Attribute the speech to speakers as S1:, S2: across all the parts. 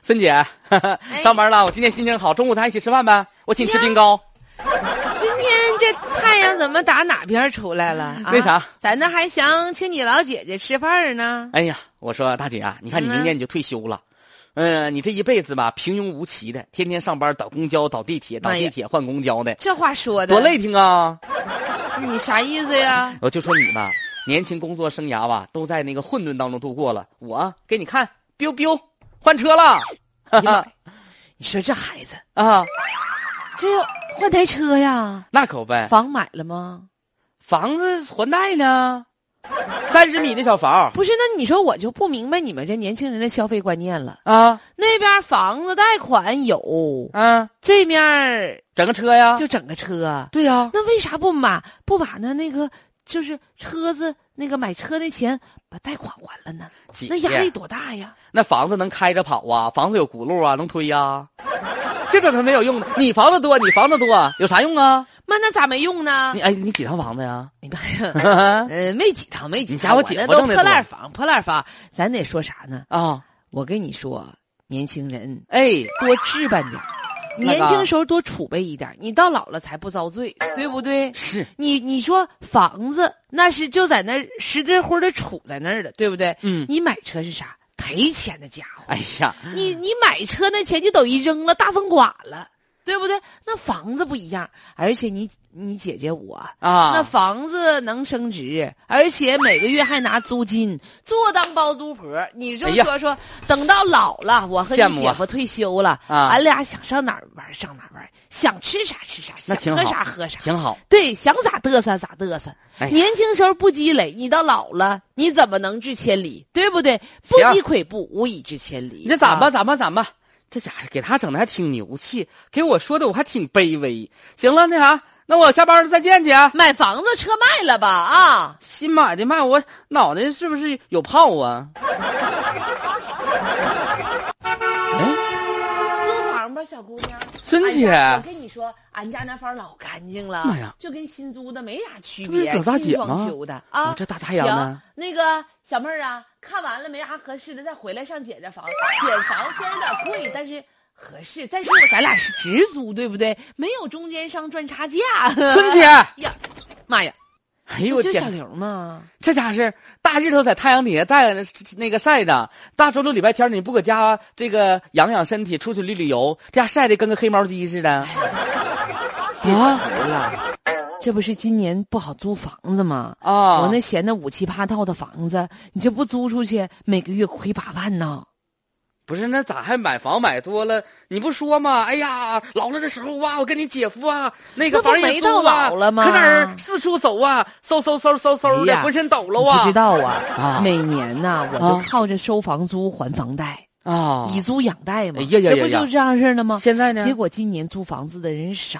S1: 森姐，哈哈，
S2: 哎
S1: 上班了，我今天心情好，中午咱一起吃饭呗，我请你吃冰糕。
S2: 今天这太阳怎么打哪边出来了？啊
S1: 为啥？
S2: 咱那还想请你老姐姐吃饭呢。
S1: 哎呀，我说大姐啊，你看你
S2: 嗯呐
S1: 明年你就退休了，嗯、你这一辈子吧平庸无奇的，天天上班倒公交、倒地铁、倒
S2: 妈呀
S1: 地铁换公交的，
S2: 这话说的
S1: 多累，挺啊！
S2: 你啥意思呀？
S1: 我就说你吧，年轻工作生涯吧都在那个混沌当中度过了，我给你看，biu biu，换车了，哈
S2: 哎呀妈
S1: 哈
S2: 呀你说这孩子，
S1: 啊，
S2: 这要换台车呀？
S1: 那可不呗。
S2: 房买了吗？
S1: 房子还贷呢，三十米的小房
S2: 不是，那你说我就不明白你们这年轻人的消费观念了。
S1: 啊
S2: 那边房子贷款有，
S1: 啊，
S2: 这面儿
S1: 整个车呀，
S2: 就整个车，
S1: 对呀、
S2: 那为啥不买不把那那个就是车子那个买车的钱把贷款还了呢？
S1: 姐
S2: 那压力多大呀？
S1: 那房子能开着跑啊，房子有轱辘啊，能推呀、这整成没有用的。你房子多，你房子多有啥用啊？
S2: 妈，那咋没用呢
S1: 你？哎，你几套房子 呀？
S2: 你看，
S1: 啊
S2: 嗯，没几套，没几
S1: 你
S2: 套，
S1: 家我
S2: 我
S1: 姐
S2: 那
S1: 夫
S2: 都
S1: 挣得
S2: 破
S1: 多
S2: 烂房，破烂房，咱得说啥呢？我跟你说，年轻人
S1: 啊哎，
S2: 多置办点儿，
S1: 那个
S2: 年轻时候多储备一点儿，你到老了才不遭罪，对不对？
S1: 是
S2: 你你说房子那是就在那儿实在乎的杵在那儿的，对不对？
S1: 嗯
S2: 你买车是啥赔钱的家伙？
S1: 哎呀，
S2: 你你买车那钱就等于扔了，大风刮了，对不对？那房子不一样，而且你你姐姐我。
S1: 啊，
S2: 那房子能升值，而且每个月还拿租金，坐当包租婆。你就
S1: 哎呀
S2: 说说，等到老了，我和
S1: 羡
S2: 你
S1: 慕
S2: 姐
S1: 啊
S2: 夫退休了，
S1: 啊
S2: 俺俩想上哪儿玩儿上哪儿玩儿，想吃啥吃啥，
S1: 那
S2: 想
S1: 挺
S2: 喝
S1: 好
S2: 啥喝啥，
S1: 挺好。
S2: 对，想咋嘚瑟咋嘚瑟。
S1: 哎呀
S2: 年轻时候不积累，你到老了，你怎么能至千里？对不对？不
S1: 行
S2: 积跬步，无以至千里。
S1: 你这咋吧
S2: 啊
S1: 咋吧咋吧，这家伙给他整的还挺牛气，给我说的我还挺卑微。行了，那啥，那我下班了再见去啊。
S2: 买房子车卖了吧？啊，
S1: 新买的卖我脑袋是不是有泡啊？ 哎，
S2: 租房吧，小姑娘。
S1: 孙
S2: 俺
S1: 姐
S2: 家我跟你说，俺家那房老干净了，
S1: 妈呀
S2: 就跟新租的没啥区
S1: 这不是
S2: 别，
S1: 老大
S2: 新
S1: 姐
S2: 装
S1: 吗
S2: 修的啊
S1: 我，哦这大太阳呢
S2: 行，那个小妹儿啊，看完了没啥合适的，再回来上姐这房。姐房虽然有点贵，但是合适。再说咱俩是直租，对不对？没有中间商赚差价。
S1: 孙姐，
S2: 呀，妈呀，
S1: 哎呦我
S2: 不呃就小
S1: 天，
S2: 刘吗？
S1: 这家是大日头在太阳底下晒着那个晒着，大周六礼拜天你不搁家这个养养身体，出去旅旅游，这家晒的跟个黑毛鸡似
S2: 哎
S1: 的。
S2: 别提
S1: 啊
S2: 了，这不是今年不好租房子吗？
S1: 啊，
S2: 我那闲的五七八套的房子，你这不租出去，每个月亏八万呢。
S1: 不是那咋还买房买多了？你不说吗？哎呀，老了的时候啊，我跟你姐夫啊，那个
S2: 那不
S1: 房也
S2: 没
S1: 租
S2: 到
S1: 啊，
S2: 老了吗
S1: 搁哪儿四处走啊，嗖嗖嗖嗖嗖
S2: 哎
S1: 的，
S2: 呀
S1: 浑身抖
S2: 你
S1: 搂啊。
S2: 不知道啊，
S1: 啊
S2: 每年呐、我
S1: 啊
S2: 就靠着收房租还房贷，
S1: 啊，
S2: 以租养贷嘛，
S1: 哎呀呀呀
S2: 这不
S1: 呀
S2: 就这样式儿的吗？
S1: 现在呢？
S2: 结果今年租房子的人少，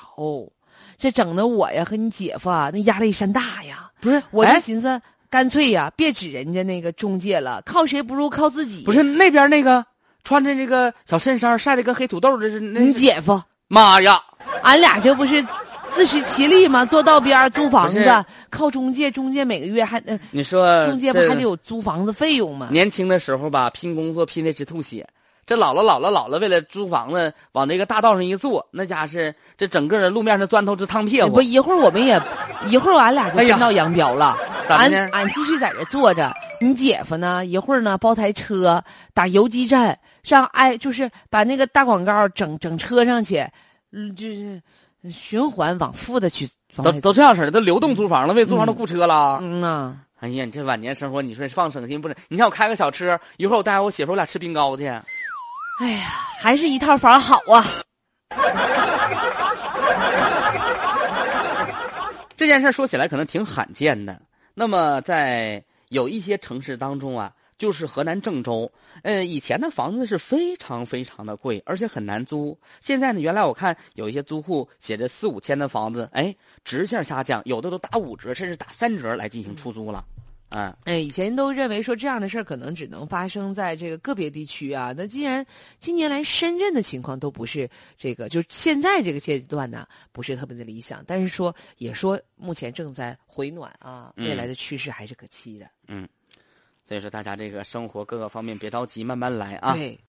S2: 这整的我呀和你姐夫啊那压力山大呀，
S1: 不是
S2: 我就
S1: 哎
S2: 寻思干脆呀别指人家那个中介了，靠谁不如靠自己。
S1: 不是那边那个穿着这个小衬衫晒的跟黑土豆似的，那
S2: 你姐夫，
S1: 妈呀！
S2: 俺俩这不是自食其力吗？坐道边儿租房
S1: 不
S2: 子
S1: 是，
S2: 靠中介，中介每个月还、呃、
S1: 你说
S2: 中介不
S1: 这
S2: 还得有租房子费用吗？
S1: 年轻的时候吧，拼工作拼的直吐血。这老了老了老了，为了租房子往那个大道上一坐，那家是这整个的路面上砖头直烫屁
S2: 也不
S1: 股。
S2: 一会儿我们也，一会儿俺俩就
S1: 哎呀
S2: 分道扬镳了。
S1: 咋的
S2: 俺
S1: 呢
S2: 俺继续在这坐着，你姐夫呢？一会儿呢包台车打游击战，上哎就是把那个大广告整整车上去，嗯，就是循环往复的去往
S1: 都
S2: 外
S1: 都这样式的，都流动租房了，为租房都雇车了。
S2: 嗯呐，
S1: 哎呀，你这晚年生活，你说放省心不是？你看我开个小车，一会儿我带我媳妇儿我俩吃冰糕去。
S2: 哎呀，还是一套房好啊。
S1: 这件事儿说起来可能挺罕见的。那么在有一些城市当中啊，就是河南郑州，呃，以前的房子是非常非常的贵，而且很难租。现在呢，原来我看有一些租户写着四五千的房子，哎，直线下降，有的都打五折，甚至打三折来进行出租了。啊，
S2: 哎，以前都认为说这样的事儿可能只能发生在这个个别地区啊。那既然近年来深圳的情况都不是这个，就现在这个阶段呢，不是特别的理想，但是说也说目前正在回暖啊，
S1: 嗯
S2: 未来的趋势还是可期的。
S1: 所以说大家这个生活各个方面别着急，慢慢来啊。
S2: 对，